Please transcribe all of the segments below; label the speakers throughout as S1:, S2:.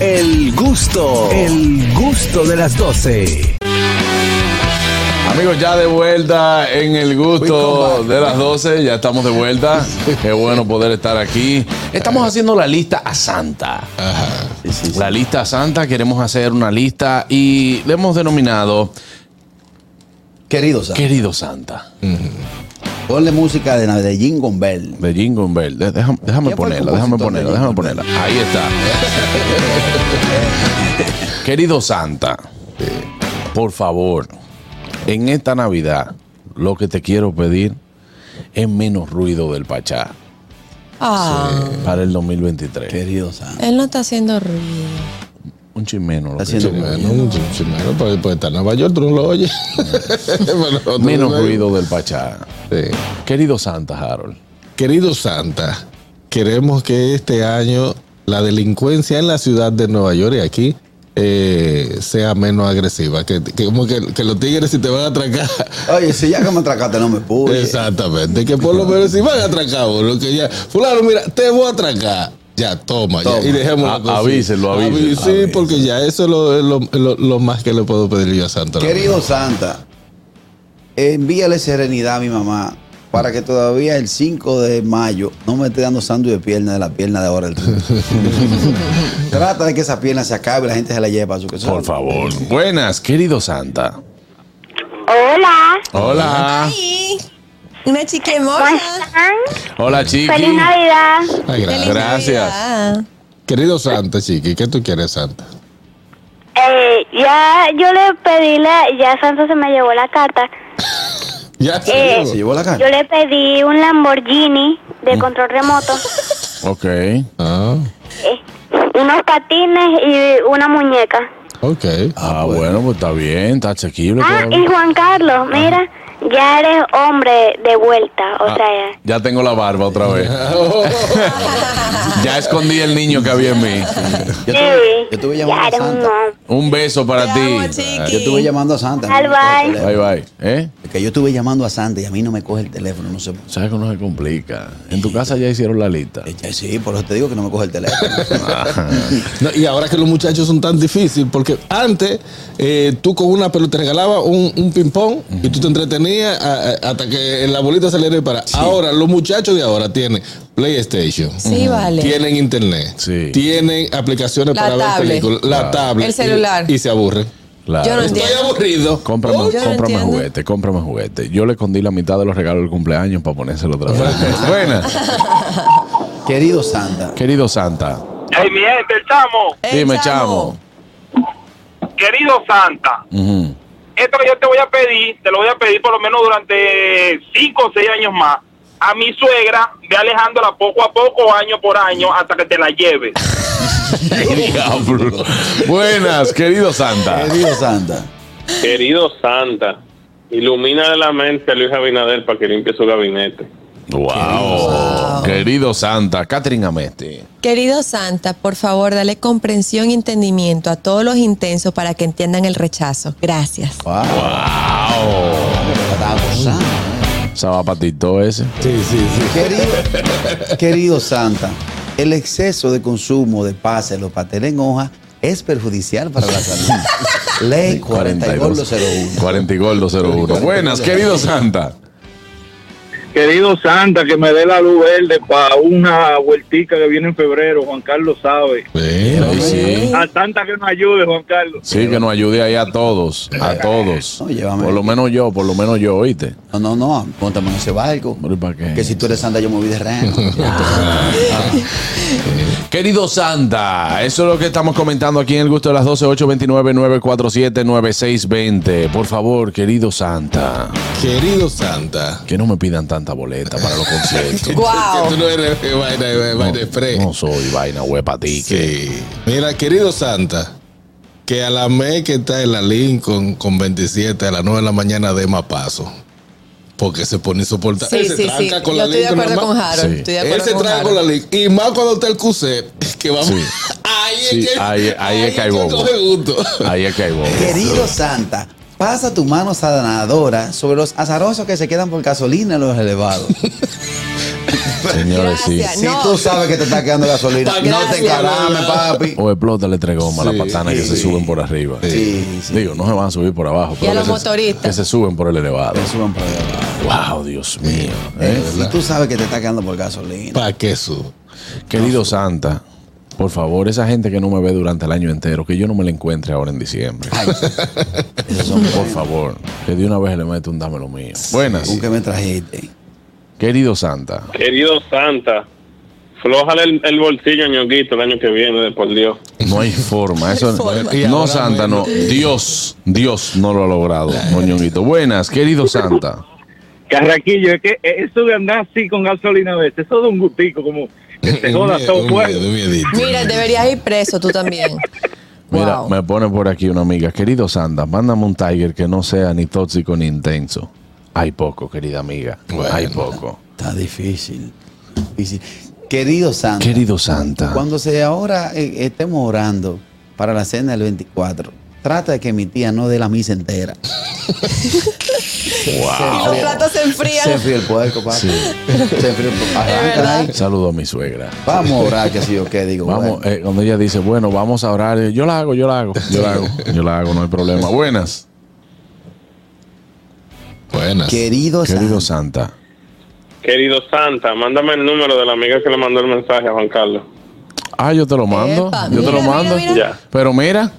S1: El gusto, el gusto de las 12.
S2: Amigos, ya de vuelta en el gusto de las 12, ya estamos de vuelta. Qué bueno poder estar aquí. Estamos haciendo la lista a Santa. Sí, sí, sí. La lista a Santa, queremos hacer una lista y le hemos denominado
S3: Querido Sam,
S2: Querido Santa.
S3: ponle música de, de Jingle Bell.
S2: De Jingle Bell. De- Déjame, déjame
S3: ¿Quién fue el
S2: ponerla, déjame
S3: compositor
S2: ponerla,
S3: de
S2: déjame ponerla. Ahí está. Querido Santa, por favor, en esta Navidad, lo que te quiero pedir es menos ruido del Pachá
S4: Ah,
S2: para el 2023.
S3: Querido Sam.
S4: él no está haciendo ruido.
S2: Un chin menos. lo que
S3: Haciendo
S2: quiero.
S5: Bueno, un chimero, pues, pues está en Nueva York, tú no lo oyes. Bueno, tú
S2: menos
S5: no lo oyes.
S2: ruido del Pachá.
S5: Sí.
S2: Querido Santa, Harold.
S5: Querido Santa, queremos que este año la delincuencia en la ciudad de Nueva York y aquí eh, sea menos agresiva. Que, que como que, que los tigres si te van a atracar.
S3: Oye, si ya que me atracaste, no me pude.
S5: Exactamente. Que por lo menos si van a atracar, lo que ya. Fulano, mira, te voy a atracar. Ya, toma, ya,
S3: Toma.
S5: y dejemos
S2: A- avísenlo, avísenlo,
S5: Sí,
S2: avísenlo.
S5: porque ya eso es lo, lo- lo- lo más que le puedo pedir yo a Santa. la
S3: Querido Santa, envíale serenidad a mi mamá para que todavía el 5 de mayo no me esté dando sándwich de pierna de la pierna de ahora. del 30. Trata de que esa pierna se acabe y la gente se la lleve para su casa.
S2: Por favor. Buenas, querido Santa.
S6: Hola,
S2: Hola.
S4: Sí. Una
S6: ¿cómo
S4: chiquemona.
S6: están?
S2: Hola, chiqui.
S6: Feliz Navidad.
S5: Ay,
S4: Feliz
S5: gracias.
S2: Gracias.
S4: Navidad.
S5: Querido Santa, chiqui, ¿qué tú quieres, Santa?
S6: Eh, ya yo le pedí la, ya Santos se me llevó la carta.
S5: Ya
S6: Eh,
S3: ¿Se llevó la
S6: Yo
S3: cara?
S6: le pedí un Lamborghini
S3: Mm.
S6: de control remoto,
S2: Ok.
S5: Ah,
S6: eh, unos patines y una muñeca.
S5: ok.
S2: Ah, bueno, pues está bien, está asequible.
S6: Ah,
S2: todavía.
S6: y Juan Carlos, mira, ya eres hombre de vuelta, o
S2: Ah,
S6: sea, ya.
S2: ya tengo la barba otra vez. ya escondí el niño que había en mí.
S3: Yo
S6: Sí,
S3: estuve, yo estuve
S6: ya
S3: llamando a
S6: eres un
S3: Santa.
S6: hombre.
S2: Un beso para
S4: Te amo,
S2: ti.
S4: chiqui.
S3: Yo estuve llamando a Santa. no me
S6: Bye,
S3: coge el
S6: bye.
S3: teléfono.
S2: Bye bye. ¿Eh?
S3: Que yo estuve llamando a Santa y a mí no me coge el teléfono, no sé por
S2: Sabes que no se complica. En tu casa ya hicieron la lista.
S3: qué. Eh, Sí, por eso te digo que no me coge el teléfono.
S5: No, y ahora que los muchachos son tan difíciles, porque antes eh, tú con una pelota te regalaba un, un ping-pong y tú te entretenías a- a- hasta que la bolita saliera y para. Ahora, los muchachos de ahora tienen PlayStation.
S4: Sí, vale.
S5: Tienen internet,
S2: Sí.
S5: tienen aplicaciones
S4: La
S5: para
S4: tablet.
S5: ver películas, la tablet,
S4: El celular.
S5: y, y se aburren.
S2: Claro.
S4: Yo no
S5: Estoy
S4: entiendo.
S5: aburrido. Uh.
S2: Cómprame,
S4: Yo no
S2: cómprame
S4: entiendo.
S2: juguete, cómprame juguete. Yo le escondí la mitad de los regalos del cumpleaños para ponérselo otra vez. Buenas,
S3: Querido Santa,
S2: querido Santa.
S7: Hey, mi gente, chamo,
S4: Eh,
S2: Dime, chamo.
S7: querido Santa,
S2: Ujú.
S7: esto que yo te voy a pedir, te lo voy a pedir por lo menos durante cinco o seis años más. A mi suegra, ve alejándola poco a poco, año por año, hasta que te la lleves.
S2: Diablo. Buenas, querido Santa.
S3: querido Santa.
S8: Querido Santa, ilumina la mente a Luis Abinader para que limpie su gabinete.
S2: Wow. Querido Santa, Catherine Amesti.
S4: Querido Santa, por favor, dale comprensión y entendimiento a todos los intensos para que entiendan el rechazo. Gracias.
S3: ¿ah? Estaba gozando.
S2: Zapatito ese.
S3: Querido, querido Santa, el exceso de consumo de pasa en los pasteles en hoja es perjudicial para la salud. Ley 4201.
S2: 40 y gordo 01. Buenas, querido Santa.
S9: Querido Santa, que me dé la luz verde para una vueltica que viene en febrero, Juan Carlos sabe.
S5: Bueno,
S2: Ahí sí.
S9: A Santa que nos ayude, Juan Carlos.
S2: Sí, que nos ayude ahí a todos, a todos.
S3: No, llévame.
S2: Por lo menos yo, por lo menos yo, oíste.
S3: No, no, no, póntame en ese barco.
S2: Hombre, ¿para qué?
S3: Que si tú eres Santa, yo me voy de reno.
S2: Querido Santa, eso es lo que estamos comentando aquí en el gusto de las 12, 829-947-9620. Por favor, querido Santa,
S5: Querido Santa.
S2: que no me pidan tanta boleta para los conciertos.
S5: Que tú
S4: Wow.
S5: no eres eh, vaina, eh, vaina express.
S2: No soy vaina huepa tique.
S5: Sí. Mira, querido Santa, que a la me que está en la Lincoln con 27 a las 9 de la mañana de más paso. Porque se pone insoportable.
S4: Sí,
S5: Él se
S4: sí, sí.
S5: tranca
S4: Yo
S5: con la
S4: estoy de
S5: Lincoln,
S4: acuerdo
S5: hermano.
S4: con Harold.
S2: Sí.
S4: Estoy de
S5: Él
S4: acuerdo
S5: se
S4: con
S5: tranca con la
S4: Harold.
S5: Lincoln. Y más cuando está el QC, que vamos.
S2: Sí.
S5: Ahí es
S2: Sí,
S5: que.
S2: ahí- ahí es que hay bobo.
S5: coge gusto.
S2: Ahí es que hay bobo.
S3: querido Santa, pasa tu mano sanadora sobre los azarosos que se quedan por gasolina en los elevados.
S2: Señores, sí.
S4: Gracias.
S3: Si
S4: No.
S3: tú sabes que te está quedando gasolina,
S4: Pa'
S3: no te
S4: gracias.
S3: encarames, papi.
S2: O explótale tres gomas a las patanas que se suben por arriba.
S3: Sí, sí.
S2: Digo, no se van a subir por abajo. pero
S4: a los
S2: que se-
S4: motoristas.
S2: Que se suben por el elevado.
S3: Te suben para allá.
S2: Wow, Dios mío.
S3: Eh,
S2: ¿eh?
S3: si tú sabes que te está quedando por gasolina.
S5: ¿Para qué eso?
S2: Querido Santa, por favor, esa gente que no me ve durante el año entero, que yo no me la encuentre ahora en diciembre. por favor, que de una vez le mete un dame lo mío. Buenas.
S3: ¿Con qué me trajiste?
S2: Querido Santa,
S8: Querido Santa, flójale el, el bolsillo, ñonguito, el año que viene, de por Dios.
S2: no hay forma. Eso, No, Santa, no. Dios, Dios no lo ha logrado, moñonguito. Buenas, querido Santa.
S9: Carraquillo, es que eh, eso de andar así con gasolina a veces, eso da un gustico, como que se joda todo fuerte.
S4: Mira, deberías ir preso tú también.
S2: Mira,
S4: Wow.
S2: me pone por aquí una amiga. Querido Santa, mándame un Tiger que no sea ni tóxico ni intenso. Hay poco, querida amiga. Hay poco.
S3: Está difícil. difícil. Querido Santa.
S2: Querido Santa.
S3: Cuando se ahora eh, estemos orando para la cena del 24, trata de que mi tía no dé la misa entera.
S4: Y los platos se enfrían.
S3: Se enfría el puerco, papi. Se enfría el puerco. Arranca ahí.
S2: Saludo a mi suegra.
S3: Vamos a orar, que si yo qué digo.
S2: Vamos,
S3: bueno.
S2: eh, cuando ella dice, bueno, vamos a orar, eh, yo la hago, yo la hago, yo la hago, yo la hago, no hay problema. Buenas,
S5: Buenas.
S3: Querido Santa.
S2: querido Santa.
S8: Querido Santa, mándame el número de la amiga que le mandó el mensaje a Juan Carlos.
S2: Ah, yo te lo mando,
S4: Epa,
S2: yo te
S4: mira,
S2: lo
S4: mira,
S2: mando.
S4: mira.
S8: Ya.
S2: Pero mira,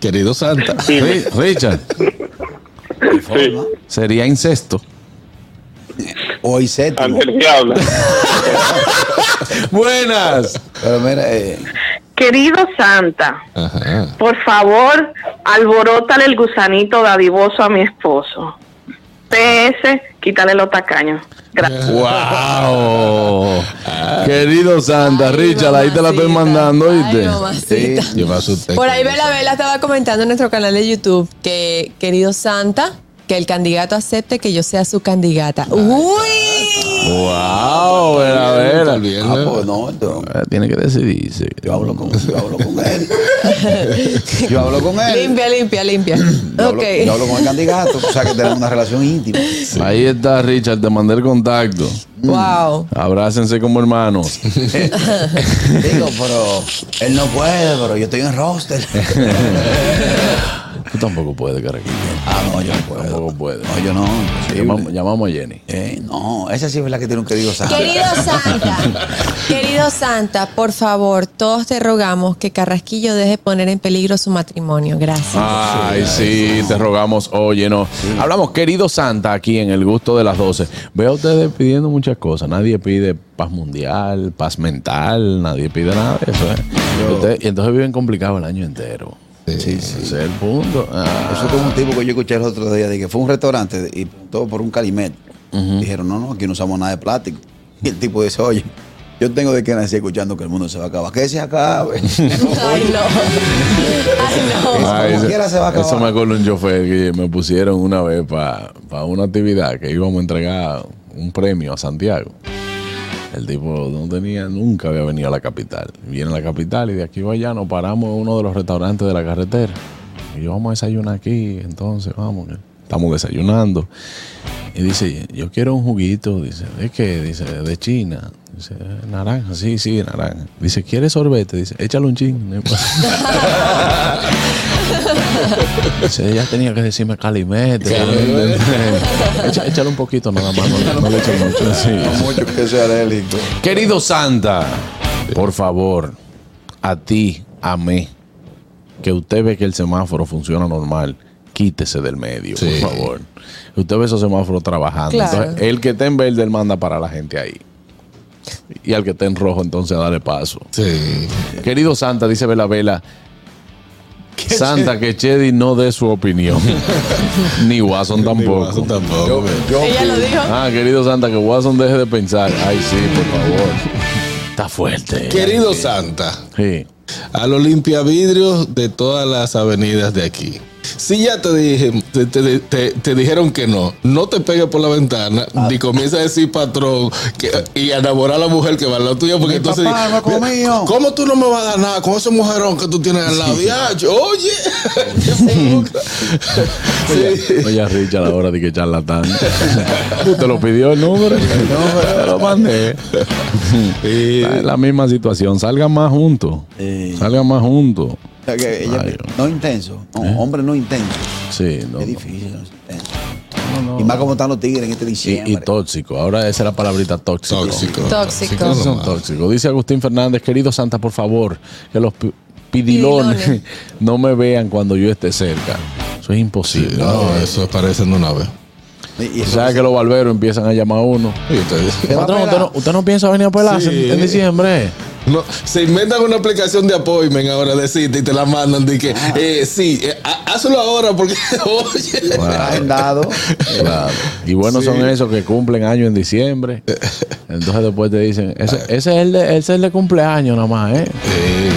S5: Querido Santa.
S2: Ri- Richard,
S8: Sí,
S2: sería incesto.
S3: Hoy séptimo.
S8: ante el diablo.
S2: Buenas.
S3: Pero mira, eh,
S10: Querido Santa,
S5: Ajá.
S10: por favor, alborótale el gusanito dadivoso a mi esposo. PS, quítale los tacaños. Gracias.
S2: Wow. Querido Santa,
S4: Ay,
S2: Richard, ahí te la estoy
S4: mamacita.
S2: mandando,
S4: Ay,
S2: ¿oíste?
S4: mamacita.
S5: Yo me asusté.
S4: Por ahí Vela Vela estaba comentando en nuestro canal de YouTube que, querido Santa, que el candidato acepte que yo sea su candidata. ¡Uy!
S2: Wow, vera, vera.
S3: ah, pues no, yo,
S2: Ah, Tiene que decidirse.
S3: yo hablo con, yo hablo con él. Yo hablo con él.
S4: Limpia, limpia, limpia.
S3: Yo hablo, yo hablo
S4: ok.
S3: con el candidato. O sea que tenemos una relación íntima.
S2: Ahí está, Richard, te mandé el contacto.
S3: Mm.
S4: Wow.
S2: Abrácense como hermanos.
S3: Digo, pero él no puede, pero yo estoy en roster.
S2: Tú tampoco puedes, Carraquillo.
S3: Ah, no, yo no puedo.
S2: Tampoco puedes.
S3: No, yo no. imposible.
S2: Llamamos, llamamos a Jenny.
S3: Eh, no, esa sí es la que tiene un querido Santa.
S4: Querido Santa, querido Santa, por favor, todos te rogamos que Carrasquillo deje poner en peligro su matrimonio. Gracias.
S3: Ah,
S2: Ay, sí, te rogamos, oye, no. Hablamos, querido Santa, aquí en el gusto de las 12. Veo a ustedes pidiendo muchas cosas. Nadie pide paz mundial, paz mental, nadie pide nada de eso. ¿eh? Ustedes- y entonces viven complicado el año entero.
S3: Sí, sí.
S2: Ese es el punto. Ah.
S3: Eso es como un tipo que yo escuché el otro día de que fue a un restaurante y todo por un calimet. Dijeron, no, no, aquí no usamos nada de plástico. Y el tipo dice, oye, yo tengo de que nacer escuchando que el mundo se va a acabar. Que se acabe.
S4: Ay, no. Ay, no.
S2: Ay,
S3: como
S2: eso,
S3: quiera se va a acabar.
S2: eso me acuerdo un chofer que me pusieron una vez para una actividad que íbamos a entregar un premio a Santiago. El tipo no tenía, nunca había venido a la capital. Viene a la capital y de aquí para allá nos paramos en uno de los restaurantes de la carretera. Y yo vamos a desayunar aquí, entonces vamos, que estamos desayunando. Y dice, yo quiero un juguito, dice, ¿de qué? Dice, de China. Dice, naranja, sí, sí, naranja. Dice, ¿quieres sorbete? Dice, échale un chin. No importa. Dice, ella tenía que decirme calimete. calimete. Echa- échale un poquito nada más, no, no le eche mucho. Sí.
S3: Mucho que sea alérgico.
S2: Querido Santa, por favor, a ti, a mí, que usted ve que el semáforo funciona normal, quítese del medio,
S5: Sí.
S2: por favor. Usted ve esos semáforos trabajando.
S4: Claro.
S2: Entonces, el que esté en verde, él manda para la gente ahí. Y al que esté en rojo, entonces dale paso.
S5: Sí.
S2: Querido Santa, dice Vela Vela. Santa, que Chedi no dé su opinión. Ni Watson tampoco.
S5: Eso tampoco.
S4: Ella lo dijo.
S2: Ah, querido Santa, que Watson deje de pensar. Ay, sí, por favor. Está fuerte.
S5: Querido Santa,
S2: Sí.
S5: a los limpiavidrios de todas las avenidas de aquí. Si ya te, dije, te, te- te- te dijeron que no, no te pegues por la ventana y comienza a decir patrón que- y a enamorar a la mujer que va al lado tuyo, porque entonces.
S3: papá no ha comido.
S5: ¿Cómo tú no me vas a dar nada con ese mujerón que tú tienes al lado? Diacho, Oye.
S2: Oye, Richard, ahora de que charlatán. Usted lo pidió el número. Te lo mandé. Está en la misma situación. Salgan más juntos. Salgan más juntos.
S3: O sea, que ella-
S2: Ay, ¿Eh?
S3: no intenso. No, Hombre no intenso.
S2: Sí, no.
S3: Es difícil. no es intenso. Y más como están los tigres en este diciembre.
S2: Y tóxico. Ahora esa es la palabrita tóxico.
S5: Tóxico.
S4: Tóxico.
S2: Esos son tóxicos. Dice Agustín Fernández, querido Santa, por favor, que los pi- pidilones,
S4: Pidilones.
S2: no me vean cuando yo esté cerca. Eso es imposible.
S5: No, eso parece no nave.
S3: Y- y
S2: Tú
S3: eso-
S2: sabes que los barberos empiezan a llamar a uno.
S5: Y te-
S3: Te va a
S2: Patrón, usted
S3: pelar.
S2: no, usted no piensa venir a pelarse
S5: Sí.
S2: en, en diciembre.
S5: No, se inventan una aplicación de appointment ahora de cita y te la mandan de que eh, sí, eh, ha- hazlo ahora porque oye.
S2: Ah,
S3: Agendado.
S2: Claro. Y buenos son esos que cumplen años en diciembre. Entonces después te dicen, ese, ese es, el de, ese es el de cumpleaños nada más, ¿eh?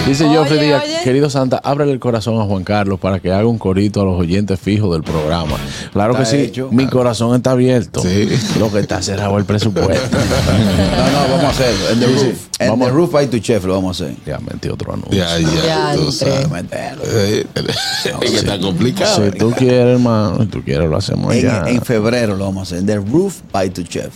S2: Dice
S4: Oye,
S2: Joffrey Díaz,
S4: oye.
S2: querido Santa, ábrele el corazón a Juan Carlos para que haga un corito a los oyentes fijos del programa. Claro
S3: Está
S2: que sí,
S3: hecho.
S2: mi corazón está abierto.
S5: Sí.
S2: Lo que está cerrado es el presupuesto.
S3: No, no, vamos a hacerlo. En the
S2: Sí, sí.
S3: roof. En
S2: Vamos.
S3: the roof by tu chef lo vamos a hacer.
S2: ya metí otro anuncio.
S5: Ya, ya,
S4: Ya,
S5: tú
S4: entre.
S5: sabes.
S3: Mételo.
S5: Eh, es que está complicado.
S2: Si tú quieres, hermano, si tú quieres, lo hacemos
S3: En,
S2: Oh, ya.
S3: en febrero lo vamos a hacer. En the roof by tu chef.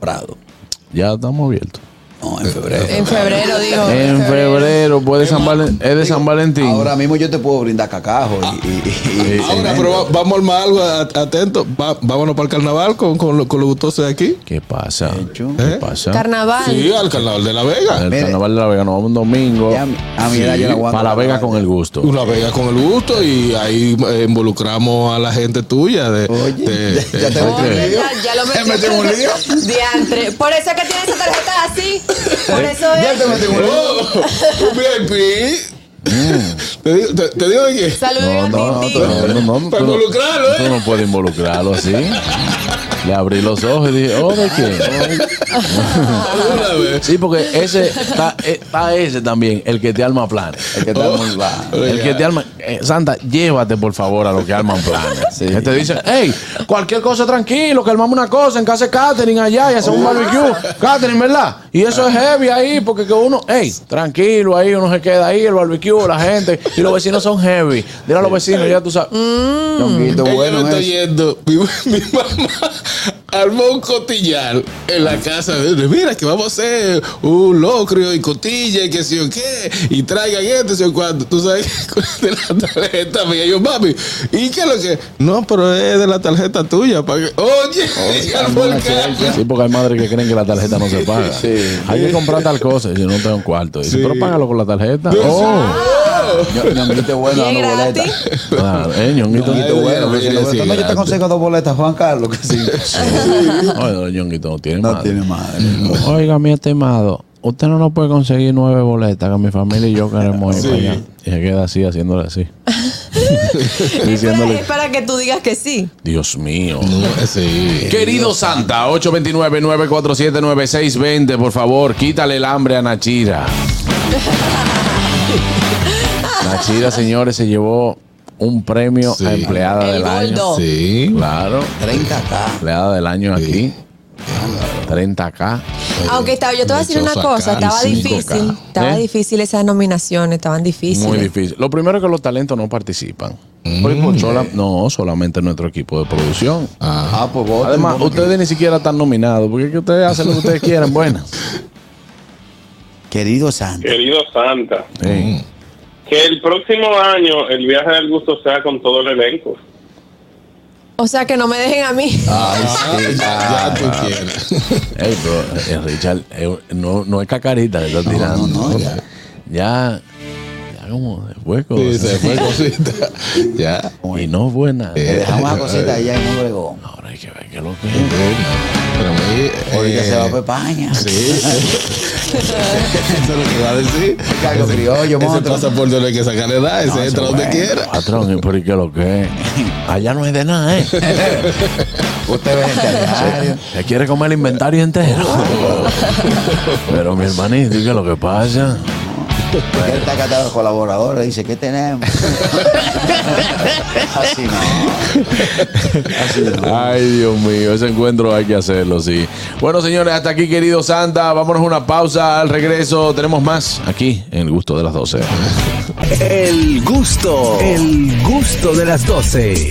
S3: Prado.
S2: ¿Mm? Ya estamos abiertos.
S3: No,
S2: Eh,
S3: en febrero.
S4: En febrero, digo.
S3: Eh,
S2: En febrero, puede San Valen- es de San Valentín.
S3: Ahora mismo yo te puedo brindar cacajo y, y-
S2: Ah,
S3: y- y-
S5: Ahora, pero va- vamos a armar algo a- atento. Va- vámonos para el carnaval con, con, lo, con los gustosos de aquí.
S2: ¿Qué pasa?
S3: hecho.
S2: ¿Qué
S5: ¿Eh?
S2: pasa?
S4: Carnaval.
S5: Sí, al carnaval de La Vega.
S2: El
S3: Mire.
S2: carnaval de la Vega nos vamos un domingo.
S3: Ya, a mi edad yo no aguanto
S2: para la Vega
S3: carnaval.
S2: con el gusto.
S5: Una Vega con el gusto y ahí eh, involucramos a la gente tuya. De,
S3: Oye,
S5: de-
S3: ya- ya te-
S4: Oye, ya, ya lo
S5: Te
S4: metí.
S5: metí en un lío.
S4: Diantre. Por eso es que tiene esa tarjeta así. Por eso
S3: ¿Eh? Ya te
S4: es.
S3: metí un
S5: Oh, un VIP. Te digo- te- te digo de qué.
S4: Saludos
S2: No,
S4: a
S2: no,
S4: Titi.
S2: no, no, no, no,
S5: Para
S2: tú no-
S5: involucrarlo, ¿eh?
S2: Tú no puedes involucrarlo así. Le abrí los ojos y dije, oh, ¿de qué?
S5: Alguna vez.
S2: Sí, porque ese está, eh, está ese también, el que te arma planes.
S3: El que está
S5: Oh,
S3: muy bajo.
S2: El que te arma, eh, Santa, llévate por favor a los que arman planes. Que te dicen, hey, cualquier cosa tranquilo, que armamos una cosa en casa de Catherine allá y hacemos un barbecue. Catherine, ¿verdad? Y eso es heavy ahí, porque que uno, hey, tranquilo ahí, uno se queda ahí, el barbecue, la gente, y los vecinos son heavy. Dile a los vecinos, ya tú sabes.
S3: Chonguito
S5: Ella
S3: bueno
S5: no está
S3: es.
S5: yendo. Mi, mi mamá armó un cotillar en la casa de de, mira que vamos a hacer un locrio y cotilla y que sé yo qué y traigan esto y sé yo cuánto tú sabes que de la tarjeta mía yo mami y qué es lo que no pero es de la tarjeta tuya para que oye y armó el carro.
S2: Sí, porque hay madres que creen que la tarjeta no se paga. Hay que comprar tal cosa. Si no tengo un cuarto. Dice,
S5: Sí.
S2: pero págalo con la tarjeta.
S5: Yo,
S2: Oh.
S3: Ño- Ñonguito bueno
S4: Y
S3: dando
S4: es
S3: boletas.
S4: gratis.
S2: Claro, eh, ñonguito.
S5: Ay,
S3: Ñonguito bueno.
S5: Dios
S3: que
S5: mío,
S3: se lo- No, yo
S5: sí,
S3: te
S5: gratis.
S3: aconsejo dos boletas, Juan Carlos. Que sí.
S2: Oye, los ñonguitos no tienen
S3: No
S2: madre.
S3: tiene madre.
S2: Oiga, mi estimado, usted no nos puede conseguir nueve boletas que mi familia y yo queremos ir para allá. Y se queda así, haciéndole así.
S4: Es para,
S2: Diciéndole,
S4: es para que tú digas que sí.
S2: Dios mío.
S5: sí
S2: Querido Santa, 829-947-9620, por favor, quítale el hambre a Nachira. Nachira, señores, se llevó un premio
S5: Sí.
S2: a empleada
S4: El
S2: del año.
S4: gordo.
S5: sí
S2: Claro,
S3: 30K.
S2: empleada del año aquí. 30K.
S4: Aunque estaba, yo te voy a decir una
S5: Lechosa
S4: cosa,
S5: acá,
S4: estaba
S5: y
S4: difícil.
S2: 5K.
S4: Estaba
S2: ¿Eh?
S4: difícil esas nominaciones, estaban difíciles.
S2: Muy difícil. Lo primero es que los talentos no participan. Sola- no, solamente nuestro equipo de producción.
S3: Ah, pues voten,
S2: Además,
S3: voten.
S2: ustedes ni siquiera están nominados, porque es que ustedes hacen lo que ustedes quieran. Bueno.
S3: Querido Santo.
S8: Querido Santa,
S2: Sí.
S8: que el próximo año el viaje del gusto sea con todo el elenco.
S4: O sea, que no me dejen a mí.
S5: Ah, ya, ya tú quieres
S2: Ey, pero, eh, Richard, eh, no, no es cacarita que estás tirando.
S3: no,
S2: ya. ya. ya como después. como-
S5: Sí, se fue cosita ya
S2: y no es buena.
S3: Te dejamos la cosita allá en un bregón.
S2: Ahora hay que ver qué es lo que es.
S5: pero muy,
S3: Ahorita
S5: eh,
S3: se va para España.
S5: Sí. Eso es lo que va a decir.
S3: Cargo
S5: Ese-
S3: criollo,
S5: Ese
S3: monstruo.
S5: pasaporte no hay que sacarle edad, ese entra donde
S3: bueno.
S5: quiera.
S2: Patrón, ¿y por qué es lo que es? Allá no es de nada, ¿eh?
S3: Usted ve gente al diario.
S2: Se quiere comer el inventario entero. Pero mi hermanito, ¿qué es lo que pasa?
S3: Él está catado de colaboradores, dice, ¿qué tenemos? Así no.
S2: Ay, Dios mío, ese encuentro hay que hacerlo, sí. Bueno, señores, hasta aquí, querido Santa. Vámonos a una pausa. Al regreso tenemos más aquí en El Gusto de las 12.
S1: El gusto, el gusto de las 12.